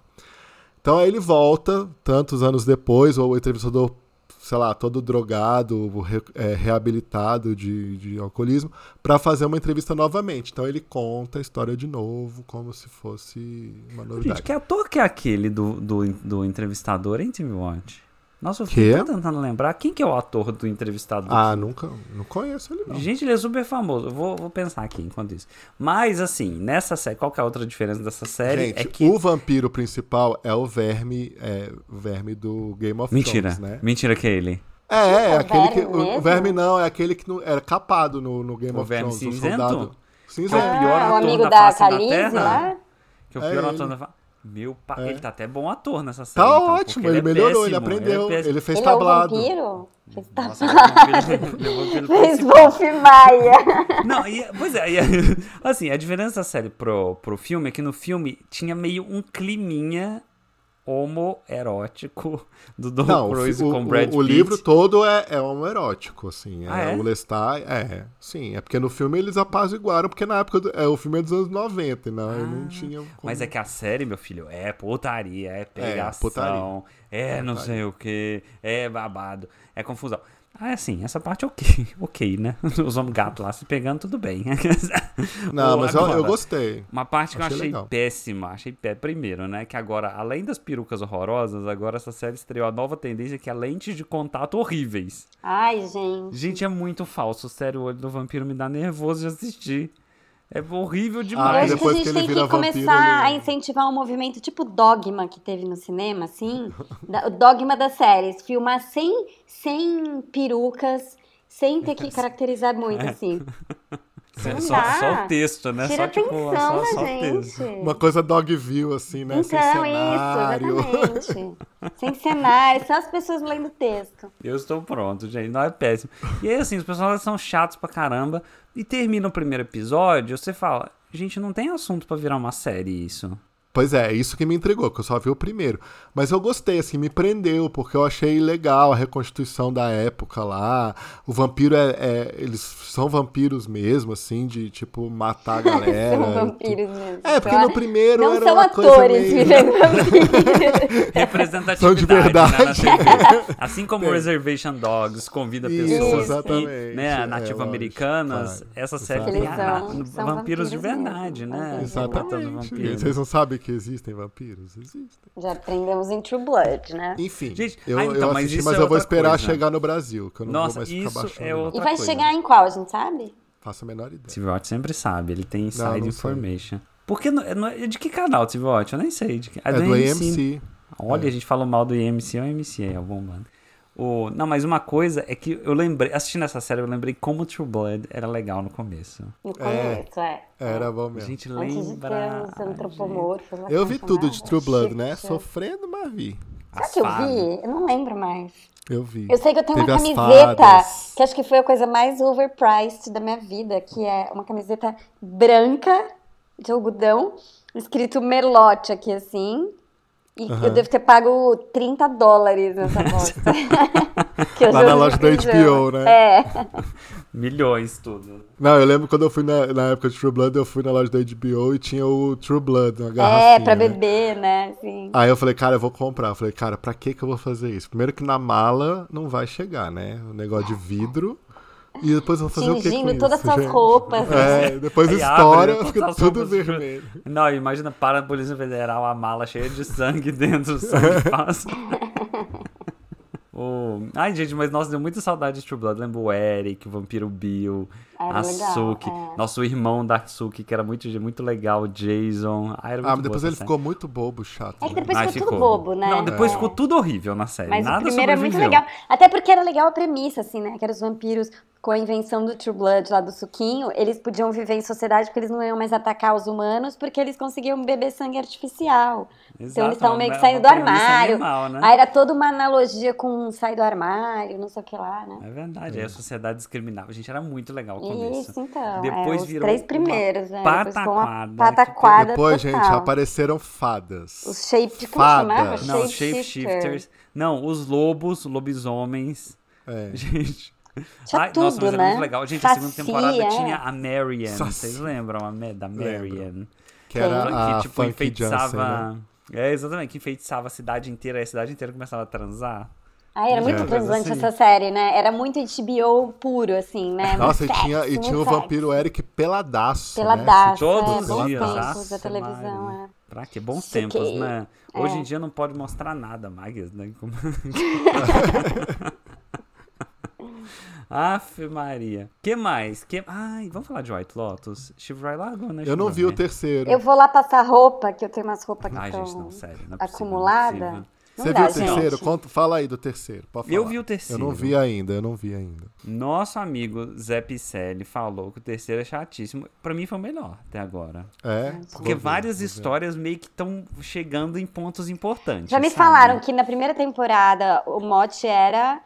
Então aí ele volta, tantos anos depois, ou o entrevistador, sei lá, todo drogado, re- é, reabilitado de, de alcoolismo, pra fazer uma entrevista novamente. Então ele conta a história de novo, como se fosse uma novidade.
Gente, que ator que é aquele do, do, do entrevistador, hein, Tim Watch? Nossa, eu
Quê?
tô tentando lembrar. Quem que é o ator do entrevistador?
Ah, nunca, não conheço ele não.
Gente, ele é super famoso. Eu vou, vou pensar aqui enquanto isso. Mas, assim, nessa série, qual que é a outra diferença dessa série?
Gente,
é que.
o vampiro principal é o verme, é, o verme do Game of
Mentira.
Thrones, né?
Mentira que é ele.
É, é,
Tipo, o
aquele que.
verme
O,
mesmo?
o verme não, é aquele que não, era capado no, no Game
O
of
verme
Thrones.
cinzento?
Um soldado cinzento.
É o pior
Ah, o
ator
amigo
da
da né?
face da
Khaleesi
Terra?
lá?
Que o
É
pior
ele.
ator da fa- Meu pai,
É.
ele tá até bom ator nessa série.
Tá
então, porque
ótimo, ele,
é
melhorou, ele
péssimo,
aprendeu. Ele,
é (laughs) péssimo.
fez
Ele
tablado.
é o vampiro? Fez tá-
(laughs)
Nossa, levou pelo- levou pelo
Fez
principal.
Wolf Maia.
Não, e- pois é, (laughs) e- assim, a diferença da série pro, pro filme é que no filme tinha meio um climinha homoerótico do Don
Não, o,
Cruise
fi- o-
com Brad
o- o
Pitt.
livro todo é, é um erótico, assim. É,
Ah, é?
O Lestat, é. Sim, é porque no filme eles apaziguaram, porque na época do- é, o filme é dos anos 90, não, eu não tinha. como-
Mas é que a série, meu filho, é putaria, é pegação,
putaria.
é, não sei o que, é babado, é confusão. Ah, assim, essa parte ok, (laughs) ok, né? Os homens gato lá se pegando, tudo bem. (laughs)
Não,
O-
mas eu, eu
agora-
gostei.
Uma parte que
Achei
eu achei
legal.
péssima, achei pé primeiro, né? Que agora, além das perucas horrorosas, agora essa série estreou a nova tendência que é lentes de contato horríveis.
Ai, gente.
Gente, é muito falso. Sério, o olho do vampiro me dá nervoso de assistir. É horrível
Eu
Ah,
demais.
acho que a
depois
gente
que ele
tem que
vira vampiro, né?
começar a
ele-
incentivar um movimento tipo Dogma que teve no cinema,
(laughs)
assim. da- o Dogma das séries. Filmar sem, sem perucas, sem ter
(laughs)
que caracterizar
É.
muito, assim.
Só,
não dá.
só o texto, né?
Tira
só tipo,
atenção
só,
da
só o texto.
gente.
Uma coisa dog view, assim, né? Sem
Então,
cenário.
isso,
(laughs)
exatamente. sem cenário, só as pessoas lendo texto.
Eu estou pronto, gente. Não é péssimo. E aí, assim, os personagens são chatos pra caramba. E termina o primeiro episódio, você fala, Gente, não tem assunto pra virar uma série isso.
Pois é, isso que me intrigou, que eu só vi o primeiro. Mas eu gostei, assim, me prendeu, porque eu achei legal a reconstituição da época lá. O vampiro é. é- eles são vampiros mesmo, assim, de tipo matar a galera.
(laughs) são vampiros mesmo.
É, porque
Então,
no primeiro
Não
era
são
uma coisa
atores né?
meio- (laughs)
virando vampiros.
Representatividade
São de verdade.
né, na
(laughs)
TV. Assim como Reservation Dogs convida
Isso,
pessoas
exatamente.
né,
É,
nativo-americanas,
lógico, claro,
essa série
exatamente.
tem a-
Eles são- são
vampiros de
vampiros
verdade,
mesmo,
né? Matando
Exatamente.
vampiros.
Vocês não sabem que existem vampiros? Existem.
Já aprendemos em True Blood, né?
Enfim,
Gente,
eu,
ah, então,
eu
mas
assisti,
isso
mas,
é
eu vou
outra
esperar
coisa.
chegar no Brasil, que eu não vou
Nossa,
mais
isso
ficar
é
baixando.
outra-
E vai
coisa.
chegar em qual, a gente sabe?
Faço a menor ideia.
TV Watch sempre sabe, ele tem inside
não sei.
information. Porque não, não é de que canal TV Watch? Eu nem sei. De que,
É do AMC.
Olha, a gente falou mal do IMC, é o IMC, é o bombando. O, não, mas uma coisa é que eu lembrei, assistindo essa série, eu lembrei como True Blood era legal no começo.
No começo, é.
Era bom
A
mesmo.
gente
Antes de ter
lembra.
os antropomorfos. né, lá
Eu vi
transformados.
tudo de True Blood,
Chique.
né? Sofrendo, mas vi.
Será que eu vi? Eu não lembro mais.
Eu vi.
Eu sei que eu tenho
Teve
uma
as
camiseta,
fadas.
que acho que foi a coisa mais overpriced da minha vida, que é uma camiseta branca de algodão, escrito Merlote aqui assim. E eu devo ter pago 30 dólares
(laughs)
nessa bolsa. Que eu
Lá
já
na
vi
loja da
no
HBO, né?
É.
Milhões tudo.
Não, eu lembro quando eu fui na, na época de True Blood, eu fui na loja da HBO e tinha o True Blood, uma garrafinha.
É, pra
né?
beber, né? Assim.
Aí eu falei, cara, eu vou comprar. Eu falei, cara, pra que que eu vou fazer isso? Primeiro que na mala não vai chegar, né? O negócio de vidro. E depois eu vou fazer o que com
Tingindo todas
isso,
as suas
gente?
roupas. né?
É, depois
Aí
estoura,
abre, né?
fica
as
tudo
roupas-
vermelho.
Não, imagina para a Polícia Federal a mala cheia de sangue (laughs) dentro do sangue
(laughs)
passa. O- Ai, gente, mas nossa, deu muita saudade de True Blood. Lembro o Eric, o Vampiro Bill,
Era
a
legal,
Suki,
é.
nosso irmão da Suki, que era muito, muito legal, o Jason. Ai,
Ah,
era muito boa
mas depois
essa
ele
série.
ficou muito bobo, chato.
É que
né?
depois
Ai,
ficou tudo bobo, né?
Não, depois
É.
ficou tudo horrível na série.
Mas
Nada
o primeiro é muito
sobreviveu.
legal. Até porque era legal a premissa, assim, né? Que eram os vampiros com a invenção do True Blood lá do suquinho. Eles podiam viver em sociedade porque eles não iam mais atacar os humanos porque eles conseguiam beber sangue artificial. então
Exato, é um
eles estavam meio
uma-
que saindo do
uma premissa
armário.
animal, né?
Aí era toda uma analogia com sair do armário, não sei o que lá, né?
É verdade, aí a sociedade discriminava. Gente, era muito legal o É, começo.
Isso, então. é,
Depois
os
virou
três
uma
primeiros, né? Depois ficou uma
pataquada.
pataquada
Depois,
total.
gente, apareceram fadas.
Os shape... Como
Fadas.
chamava?
Não, os
Shapeshifters.
shapeshifters. Não, os lobos, lobisomens. (laughs)
É.
Gente.
Tinha
Ai, nossa,
tudo,
mas era
né?
muito legal. Gente, a segunda
Saci,
temporada
é.
tinha a Marian.
Saci.
Vocês lembram a Ma- da Marian?
Que era
Que,
a
tipo,
Funky Johnson, né?
enfeitiçava. É, exatamente, que enfeitiçava a cidade inteira. Aí a cidade inteira começava a transar.
Ah, era muito
É.
transante
Assim.
essa série, né? Era muito HBO puro, assim, né?
Nossa, e
Muito
tinha, e
sexo,
tinha o
muito
vampiro Eric peladaço,
sexo.
né?
Peladaço,
Todos
é,
os
bons
dias,
tempos
nossa,
da televisão, é.
Pra que bons
Chiquei.
tempos, né?
É.
Hoje em dia não pode mostrar nada, Magnus, né?
(laughs)
Como... Aff, Maria. Que mais? Que... Ai, vamos falar de White Lotus? Chivrai largou, né?
tipo, Eu não vi o
Chivrai?
terceiro.
Eu vou lá passar roupa, que eu tenho umas roupas que
Ai,
estão
gente, não, sério. Não é possível, não é
acumuladas.
possível.
Não
Você
dá,
viu o
gente.
terceiro? Conta, fala aí do terceiro. pode
Eu
falar.
vi o terceiro.
Eu não vi ainda, eu não vi ainda.
Nosso amigo Zé Picelli falou que o terceiro é chatíssimo. Pra mim foi o melhor até agora.
É?
Porque
Vou ver,
várias
vou ver.
histórias meio que estão chegando em pontos importantes.
Já me
sabe?
falaram que na primeira temporada o mote era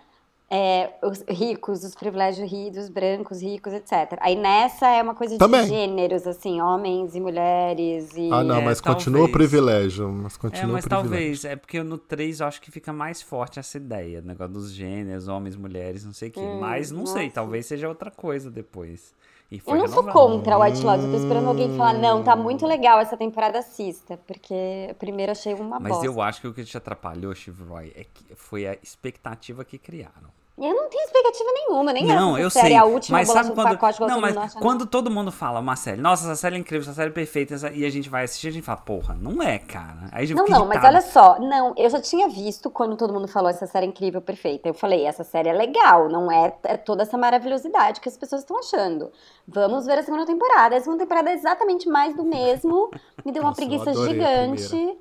é, os ricos, os privilégios ricos, brancos, ricos, etc. Aí nessa é uma coisa
Também.
de gêneros, assim, homens e mulheres e...
Ah, não,
É,
mas continua o
talvez.
privilégio. Mas
É,
continua
mas
o privilégio.
talvez, é porque no 3 eu acho que fica mais forte essa ideia, o negócio dos gêneros, homens, mulheres, não sei o quê. mas não
Hum,
sei,
nossa.
talvez seja outra coisa depois. E
Eu
foi né?
não sou
renovado.
contra o White Lotus, eu tô esperando alguém falar, não, tá muito
Hum.
legal essa temporada, assista, porque primeiro achei é uma
Mas
bosta.
eu acho que o que te atrapalhou, Chivroy, é que foi a expectativa que criaram.
E eu não tenho expectativa nenhuma, nem
não,
essa
eu
série
sei.
é a última
mas
bolacha
sabe
do é
quando,
pacote, igual
não,
todo
mas
mundo acha,
quando todo mundo fala uma série, nossa, essa série é incrível, essa série é perfeita, essa- e a gente vai assistir, a gente fala, porra, não é, cara. Aí a gente
Não,
fica
não, mas
irritado.
olha só, não, eu já tinha visto quando todo mundo falou essa série é incrível, perfeita. Eu falei, essa série é legal, não é, é toda essa maravilhosidade que as pessoas estão achando. Vamos ver a segunda temporada. A segunda temporada é exatamente mais do mesmo, me deu uma
Nossa, eu
preguiça
adorei a
gigante.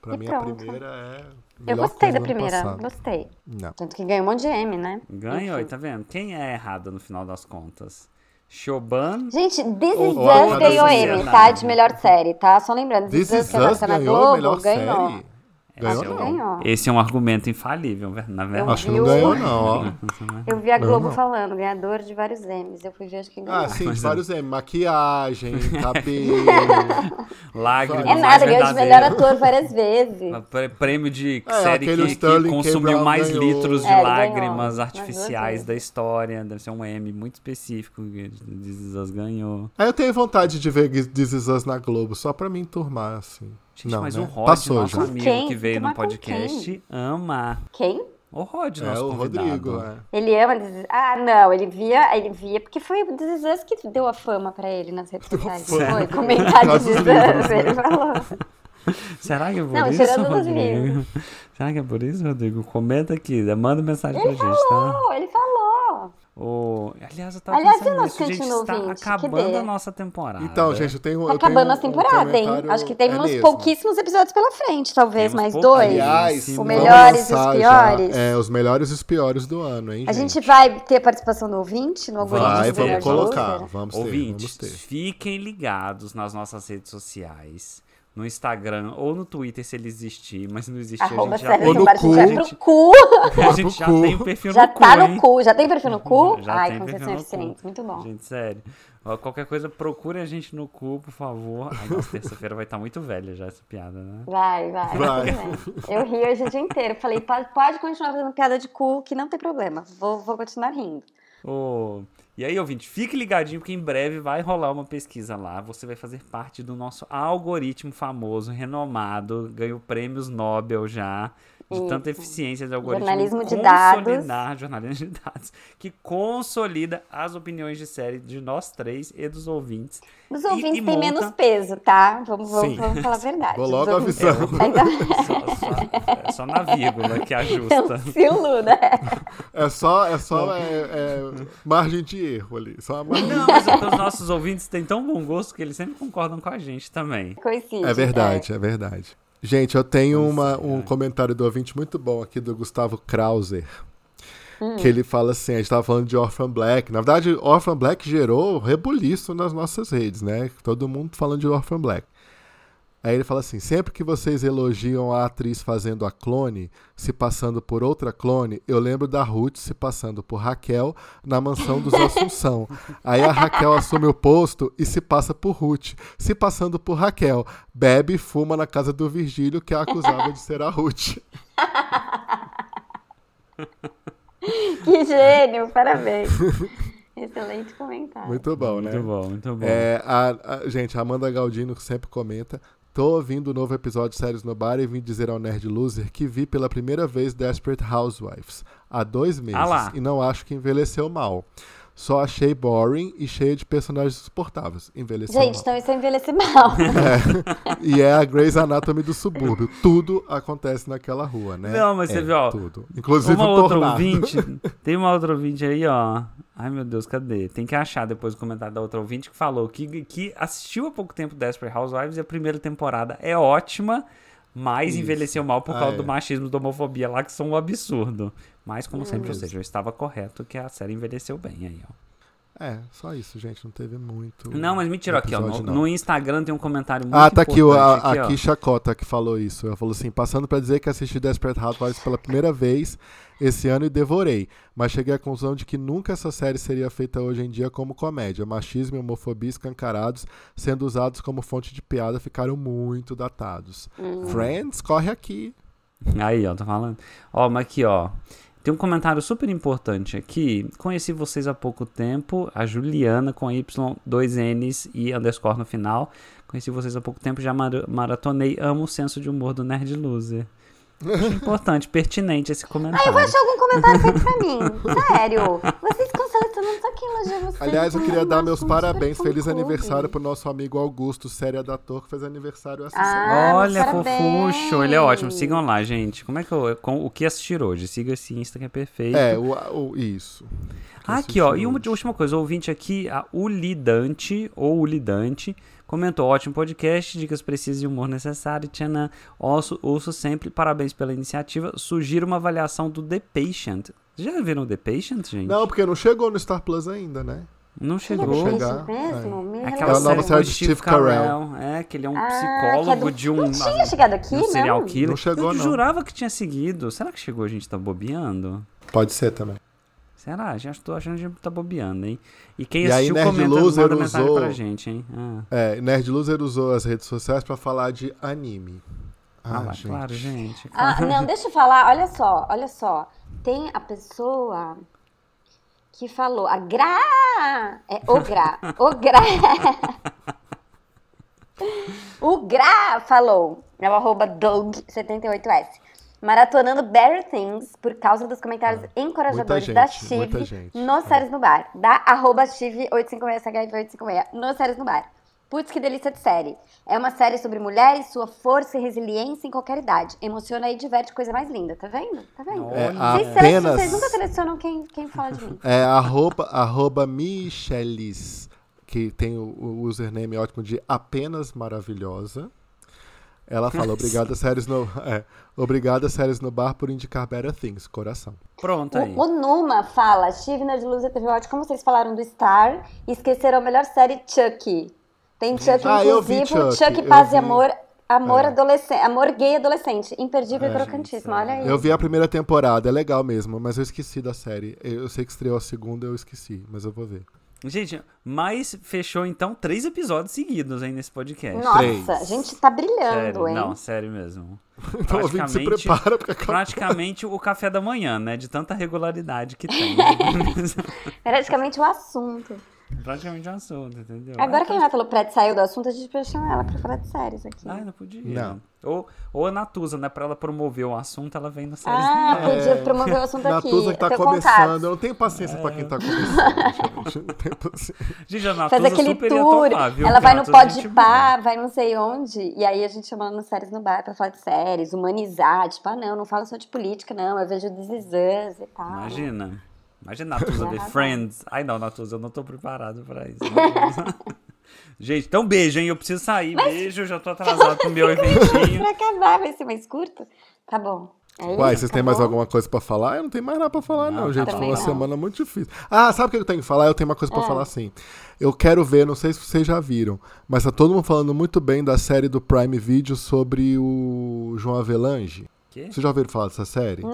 Pra
E
mim, a
pronto.
primeira é.
Eu
melhor
gostei da
coisa do ano
primeira,
passado.
gostei.
Não.
Tanto que ganhou um monte de M, né?
Ganhou, e
Enfim.
tá vendo? Quem é errado no final das contas? Choban
Gente, This
Ou-
Is
ou a
Us
Cada
ganhou
Sociedade.
M, tá? De melhor série, tá? Só lembrando,
This Is
que é
Us
na
ganhou a
Globo,
melhor
ganhou.
série. Ganhou
esse, é
Acho
o-
que ganhou.
esse é um argumento infalível, ver- na verdade.
Acho que não
Viu?
ganhou, não, ó.
Eu vi a
Não,
Globo
não.
falando, ganhador de vários M's. Eu fui ver, acho que ganhou.
Ah, sim, de
Mas é.
vários
(laughs)
M. Maquiagem, cabelo.
Lágrimas
é nada, ganhou de melhor
verdadeiras.
ator várias vezes.
(laughs) Pre- Prêmio de
É,
série
aquele
que, que
Sterling K.
consumiu
Brown
mais
ganhou.
litros de
É, ele
lágrimas
ganhou. Mas
artificiais
eu
da história. Deve ser um M muito específico que This Is Us ganhou.
Aí eu tenho vontade de ver This Is Us na Globo, só pra me enturmar, assim.
Gente,
não,
mas
né?
o Rod,
Passou
nosso
já.
amigo
Quem?
que veio
Mas
no
com
podcast, ama.
Quem?
O Rod,
É,
nosso
o
convidado.
Rodrigo, é.
Ele ama This Is- Ah, não, ele via, ele via, porque foi o This Is Us que deu a fama pra ele nas redes sociais.
fama.
Foi, comentar
Por
This Is
causa dos livros, né?
Us, ele falou.
Será que é por
Não,
isso,
tirando dos
Rodrigo?
livros.
Será que é por isso, Rodrigo? Comenta aqui, né? manda mensagem pra gente, tá?
Falou, ele falou.
O... Aliás, eu tava
Aliás,
pensando
e o
nisso,
nosso
gente,
sentido
está
ouvinte?
acabando
Cadê?
a nossa temporada.
Então, gente, eu tenho.
Tá
eu tenho
acabando a
um
temporada, hein?
comentário-
Acho que tem
é
uns
mesmo.
pouquíssimos episódios pela frente, talvez,
Temos
mais
poucos.
dois.
Aliás,
Os
vamos
melhores e os
lançar já,
piores.
é, os melhores e os piores do ano, hein?
A gente vai ter participação do ouvinte no algoritmo
vai,
do
ter,
vamos
Nerd
colocar.
Loser?
Vamos
Ouvintes,
ter, vamos ter.
fiquem ligados nas nossas redes sociais, no Instagram ou no Twitter, se ele existir, mas se não existir, a
Arroba
gente já
Sérgio
Ou no
tem.
Zumbar, a gente vai pro
cu.
cu.
A gente já
Pro cu.
tem o perfil
Já
no
tá
cu,
no
hein?
cu. Já tem perfil no cu?
(laughs) Já
Ai,
tem perfil
concessão
no cu.
eficiente. Muito bom.
Gente, sério. Ó, Qualquer coisa, procure a gente no cu, por favor.
(laughs)
Ai, nossa, terça-feira vai estar muito velha já essa piada, né?
Vai, vai.
Vai.
tudo bem. Eu ri hoje o dia inteiro. Falei, pode, pode continuar fazendo piada de cu, que não tem problema. Vou, vou continuar rindo.
Ô, E aí, ouvinte, fique ligadinho, porque em breve vai rolar uma pesquisa lá. Você vai fazer parte do nosso algoritmo famoso, renomado, ganhou prêmios Nobel já, de
Isso.
tanta eficiência de algoritmo.
Jornalismo de
consolidar, Jornalismo de dados. Que consolida as opiniões de série de nós três e dos ouvintes.
Os
E-
ouvintes
e
têm
monta-
menos peso, tá? Vamos,
Sim.
vamos, vamos falar a verdade.
Vou
Os
logo
ouvintes- (laughs)
avisando.
Tá,
(laughs)
então,
Só, só- é só na vírgula
(laughs)
que
então,
ajusta.
se o Luna.
É só, é só é, é margem de erro ali. Só a margem (laughs)
Não, mas é os nossos ouvintes têm tão bom gosto que eles sempre concordam com a gente também.
Coincide.
É verdade, é verdade. Gente, eu tenho
Pois
uma-
é.
um comentário do ouvinte muito bom aqui do Gustavo Krauser.
Hum.
Que ele fala assim, a gente tava falando de Orphan Black. Na verdade, Orphan Black gerou rebuliço nas nossas redes, né? Todo mundo falando de Orphan Black. Aí ele fala assim: sempre que vocês elogiam a atriz fazendo a clone, se passando por outra clone, eu lembro da Ruth se passando por Raquel na mansão
(laughs)
dos Assunção. Aí a Raquel assume o posto e se passa por Ruth, se passando por Raquel. Bebe e fuma na casa do Virgílio, que a acusava de ser a Ruth.
É. Que gênio,
(laughs)
parabéns. Excelente comentário.
Muito bom, né?
Muito bom, muito bom.
É, a, a- gente, a Amanda Galdino sempre comenta. Tô ouvindo o novo episódio de Séries no Bar e vim dizer ao Nerd Loser que vi pela primeira vez Desperate Housewives há dois meses
Ah lá.
e não acho que envelheceu mal. Só achei boring e cheia de personagens suportáveis. Envelheceu
Gente,
mal.
então isso é envelhecer mal.
(laughs)
E (laughs) é a Grey's Anatomy do subúrbio. Tudo acontece naquela rua, né?
Não, mas
É,
você viu, ó,
Tudo. Inclusive
uma
o
outra
tornado. (laughs)
ouvinte. Tem uma outra ouvinte aí, ó. Ai, meu Deus, cadê? Tem que achar depois o comentário da outra ouvinte que falou que, que assistiu há pouco tempo Desperate Housewives e a primeira temporada é ótima, mas
Isso.
envelheceu mal por
Ah,
causa
é.
do machismo e da homofobia lá, que são um absurdo. Mas, como sempre, ou
Isso.
seja, eu estava correto que a série envelheceu bem aí, ó.
É, só isso, gente. Não teve muito.
Não, mas me tirou aqui, ó. No,
episódio, não.
no Instagram tem um comentário muito
Ah, tá aqui o- a,
importante
a
ó.
Kisha Cota que falou isso. Ela falou assim: passando pra dizer que assisti Desperate Housewives pela primeira vez esse ano e devorei, mas cheguei à conclusão de que nunca essa série seria feita hoje em dia como comédia. Machismo e homofobia escancarados, sendo usados como fonte de piada, ficaram muito datados.
Hum.
Friends, corre aqui.
Aí, ó, tô falando. Ó, mas aqui, ó. Tem um comentário super importante aqui. Conheci vocês há pouco tempo, a Juliana com Y, dois N's e underscore no final. Conheci vocês há pouco tempo, já mara- maratonei. Amo o senso de humor do Nerd Loser.
(laughs)
Achei importante, pertinente esse comentário.
Eu vou achar algum comentário feito pra
(laughs)
mim. Sério. Vocês ficam selecionando só quem elogia vocês.
Aliás, eu queria
Ai,
dar
nossa,
meus
um
parabéns.
super
Feliz
fã-clube.
aniversário pro nosso amigo Augusto, série adator, que fez aniversário essa
Ah,
semana.
meus
Olha,
parabéns.
fofucho, ele é ótimo. Sigam lá, gente. Como é que eu, com- o que assistir hoje? Siga esse Insta que é perfeito.
É, o, o- isso.
Ah, Aqui, ó. E uma de- última coisa, o ouvinte aqui, a Ulidante, ou Ulidante, comentou: ótimo podcast, dicas precisas e humor necessário. Tchanã, ouço, ouço sempre, parabéns pela iniciativa. Sugiro uma avaliação do The Patient. Já viram The Patient, gente?
Não, porque não chegou no Star Plus ainda, né?
Não
Chegou
chegou.
chegar.
isso é mesmo? Me
Aquela
relembra.
É a
série
nova
com
série
o
de
Steve
Steve Carell.
Carell. É, que ele é um
Ah,
psicólogo
que é do-
de um.
Não tinha chegado aqui,
de um serial
não?
killer.
Não chegou,
Eu
não.
jurava que tinha seguido. Será que chegou a gente tá bobeando?
Pode ser também.
Será? Já estou achando que a gente tá bobeando, hein? E quem
E aí,
assistiu
Nerd
comenta,
Loser
manda mensagem
usou-
pra gente, hein? Ah,
É, Nerd Loser usou as redes sociais pra falar de anime.
ah,
Ah,
vai,
gente.
claro,
(laughs)
gente.
Ah,
claro.
não, deixa eu falar, olha só, olha só. Tem a pessoa que falou, a Gra... É o Gra, o Gra...
(laughs)
o Gra falou, é o arroba Doug78S, maratonando Better Things por causa dos comentários encorajadores
Ah, muita
da
gente, muita
Chive
gente.
no
É.
Séries no Bar, da arroba Chive856HIV856 no Séries no Bar. Putz, que delícia de série. É uma série sobre mulheres, sua força e resiliência em qualquer idade. Emociona e diverte, coisa mais linda. Tá vendo? Tá vendo?
É,
vocês, será que
apenas-
vocês nunca selecionam quem, quem fala de mim?
É arroba, arroba Michelis, que tem o, o username ótimo de apenas maravilhosa. Ela fala, obrigada, séries no. (laughs) É, obrigada, séries no bar, por indicar Better Things, coração.
Pronto Tá aí.
O, o Numa fala, Steve Nerd Luz e TV Watch, como vocês falaram do Star, esqueceram a melhor série Chucky. Tem Chucky,
Ah, eu vi
inclusive, Chuck
Chucky, eu
Paz e
vi.
Amor, amor,
É.
adolescente, amor gay adolescente, imperdível e crocantíssimo,
É, gente,
olha aí.
Eu vi a primeira temporada, é legal mesmo, mas eu esqueci da série. Eu sei que estreou a segunda, eu esqueci, mas eu vou ver.
Gente, mas fechou então três episódios seguidos aí nesse podcast.
Nossa, a
três.
gente tá brilhando,
É, sério,
hein?
não, sério mesmo.
(laughs) Então, ouvinte, se prepara, porque acabou.
praticamente o café da manhã, né? De tanta regularidade
(laughs)
que tem.
Praticamente o assunto.
praticamente um assunto, entendeu? tá-
Agora que a Renata Lopretti saiu do assunto, a gente vai chamar ela pra falar de séries aqui.
Ai, Ah, não podia.
Não.
Ou, ou a Natuza, né? Pra ela promover o assunto, ela vem no série.
Ah, podia promover o assunto aqui.
É. Natuza que tá
eu tenho
começando,
contato.
eu não tenho paciência pra quem tá começando. gente. Eu não tenho paciência.
Gente, a Natuza
Faz aquele
super ia
tour,
topar, viu?
ela vai no
Natuza é
pod
gente
pá, vai não sei onde, e aí a gente chama ela no séries no bar pra falar de séries, humanizar, tipo, ah não, não fala só de política, não, eu vejo This Is Us e tal.
boa. Imagina. Imagina a Natuza de Friends. Ai, não, Natuza, eu não tô preparado pra isso. (laughs) gente, então beijo, hein? Eu preciso sair. Beijo, já tô atrasado pro meu eventinho.
Pra acabar, vai ser mais curto? Tá bom. É isso,
Uai, vocês têm mais
acabou?
alguma coisa pra falar? Eu não tenho mais tá nada pra falar, não,
Não,
gente.
também
Foi uma
não.
semana muito difícil. Ah, sabe o que eu tenho que falar? Eu tenho uma coisa
É.
pra falar sim. Eu quero ver, não sei se vocês já viram, mas tá todo mundo falando muito bem da série do Prime Video sobre o João Avelange.
Quê?
Vocês já ouviram falar dessa série?
Não.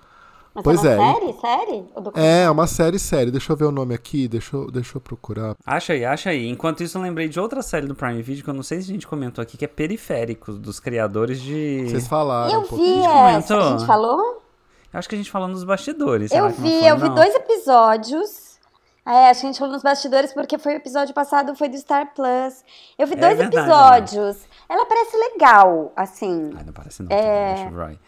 Não.
Mas
Pois
é.
é.
Uma série? Série? Ou documentário?
É, é uma série série. Deixa eu ver o nome aqui, deixa eu, deixa eu procurar.
Acha aí, acha aí. Enquanto isso, eu lembrei de outra série do Prime Video que eu não sei se a gente comentou aqui, que é Periféricos, dos criadores de.
Vocês falaram
Eu
um
vi
pouquinho.
essa. A
comentou?
gente falou?
Eu acho que a gente falou nos bastidores. será
Eu
que não
vi,
foi,
eu vi
não?
dois episódios. É, acho que a gente falou nos bastidores porque foi o episódio passado, foi do Star Plus. Eu vi
É
dois
verdade,
episódios. Ela parece legal, assim.
Ai, não parece não. tá
É.
gente, Roy.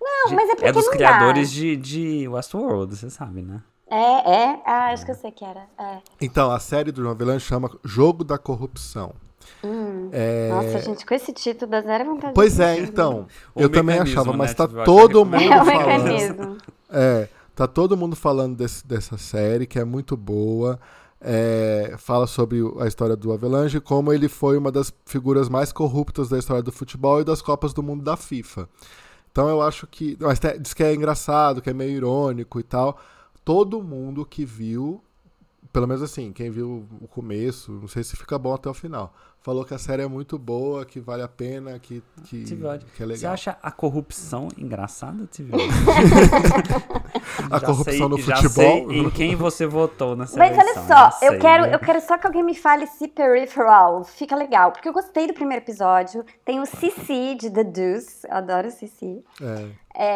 Não, mas é porque
É dos
não dá.
criadores de, de Westworld, você sabe, né?
É, é. Ah, acho que eu sei que era. É.
Então, a série do João Avelange chama Jogo da Corrupção.
É.
Nossa, gente, com esse título dá zero vontade.
Pois
de
é,
assistir.
então.
O
eu também
mecanismo,
achava,
né,
mas tá
Steve, eu né?
todo
acho que
(laughs)
mundo
É o
Vamos
falando.
mecanismo.
É, tá todo mundo falando desse- dessa série, que é muito boa. É, fala sobre o- a história do Avelange, como ele foi uma das figuras mais corruptas da história do futebol e das Copas do Mundo da FIFA. Então eu acho que. Mas te- diz que é engraçado, que é meio irônico e tal. Todo mundo que viu, pelo menos assim, quem viu o começo, não sei se fica bom até o final, falou que a série é muito boa, que vale a pena, que, que,
Steve Rod.
que é
Você
legal.
acha a corrupção engraçada, TV?
(laughs)
a
A corrupção no
Já sei
futebol.
em quem você votou nessa
Mas olha
eleição, já
só, eu
sei,
quero,
né?
eu quero só que alguém me fale se Peripheral fica legal, porque eu gostei do primeiro episódio. Tem o Cici de The Deuce, eu adoro o Cici.
É.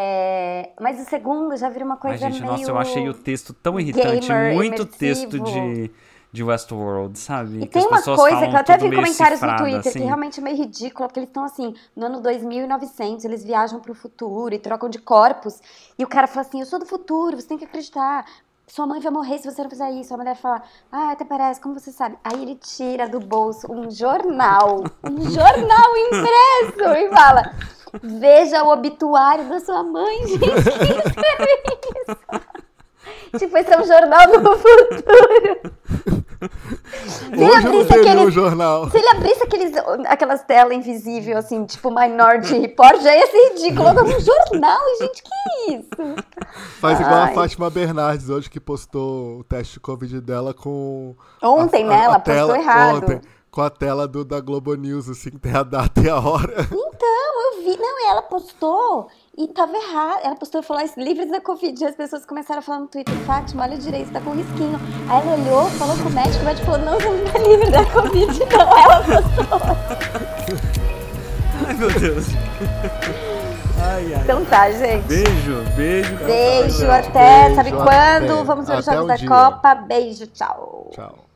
É, mas o segundo já vira uma
Ai,
coisa
gente,
meio...
nossa, eu achei o texto tão irritante.
gamer,
muito
imersivo.
texto de, de Westworld, sabe?
E
Que
tem
as
uma
pessoas
coisa
falam
que eu até
tudo
vi
meio
comentários
cifrado,
no Twitter
assim.
que realmente é meio ridícula, porque eles estão assim, no ano 2900, eles viajam pro futuro e trocam de corpos, e o cara fala assim, eu sou do futuro, você tem que acreditar, sua mãe vai morrer se você não fizer isso, a mulher fala, ah, até parece, como você sabe? Aí ele tira do bolso um jornal, um jornal impresso, e fala... Veja o obituário da sua mãe, gente. Quem (laughs) escreveu isso? Tipo, esse é um jornal do futuro. Se ele
Hoje eu não
abrisse
teria o
aqueles.
jornal.
Se ele abrisse aqueles, aquelas telas invisíveis, assim, tipo Minority Report, já ia ser ridículo. Agora um jornal, e, gente, que isso?
Faz igual a
Ai.
Fátima Bernardes hoje, que postou o teste de Covid dela com.
Ontem, né? Ela postou
tela-
errado.
com a tela do, da Globo News, assim, que tem a data e a hora. (laughs)
Então, eu vi. Não, ela postou e tava errado. Ela postou e falou: "Isso, livres da Covid. E as pessoas começaram a falar no Twitter: Fátima, olha direito, tá com risquinho. Aí ela olhou, falou com o médico, o médico falou: não, você não tá livre da Covid, não. Ela postou.
(laughs) Ai, meu
(laughs)
Deus. Ai, ai.
Então tá, gente.
Beijo, beijo.
Beijo,
Tchau, tchau.
até.
Beijo,
sabe
até.
quando? Vamos ver os
Até
jogos
um
da
dia.
Copa. Beijo, tchau.
Tchau.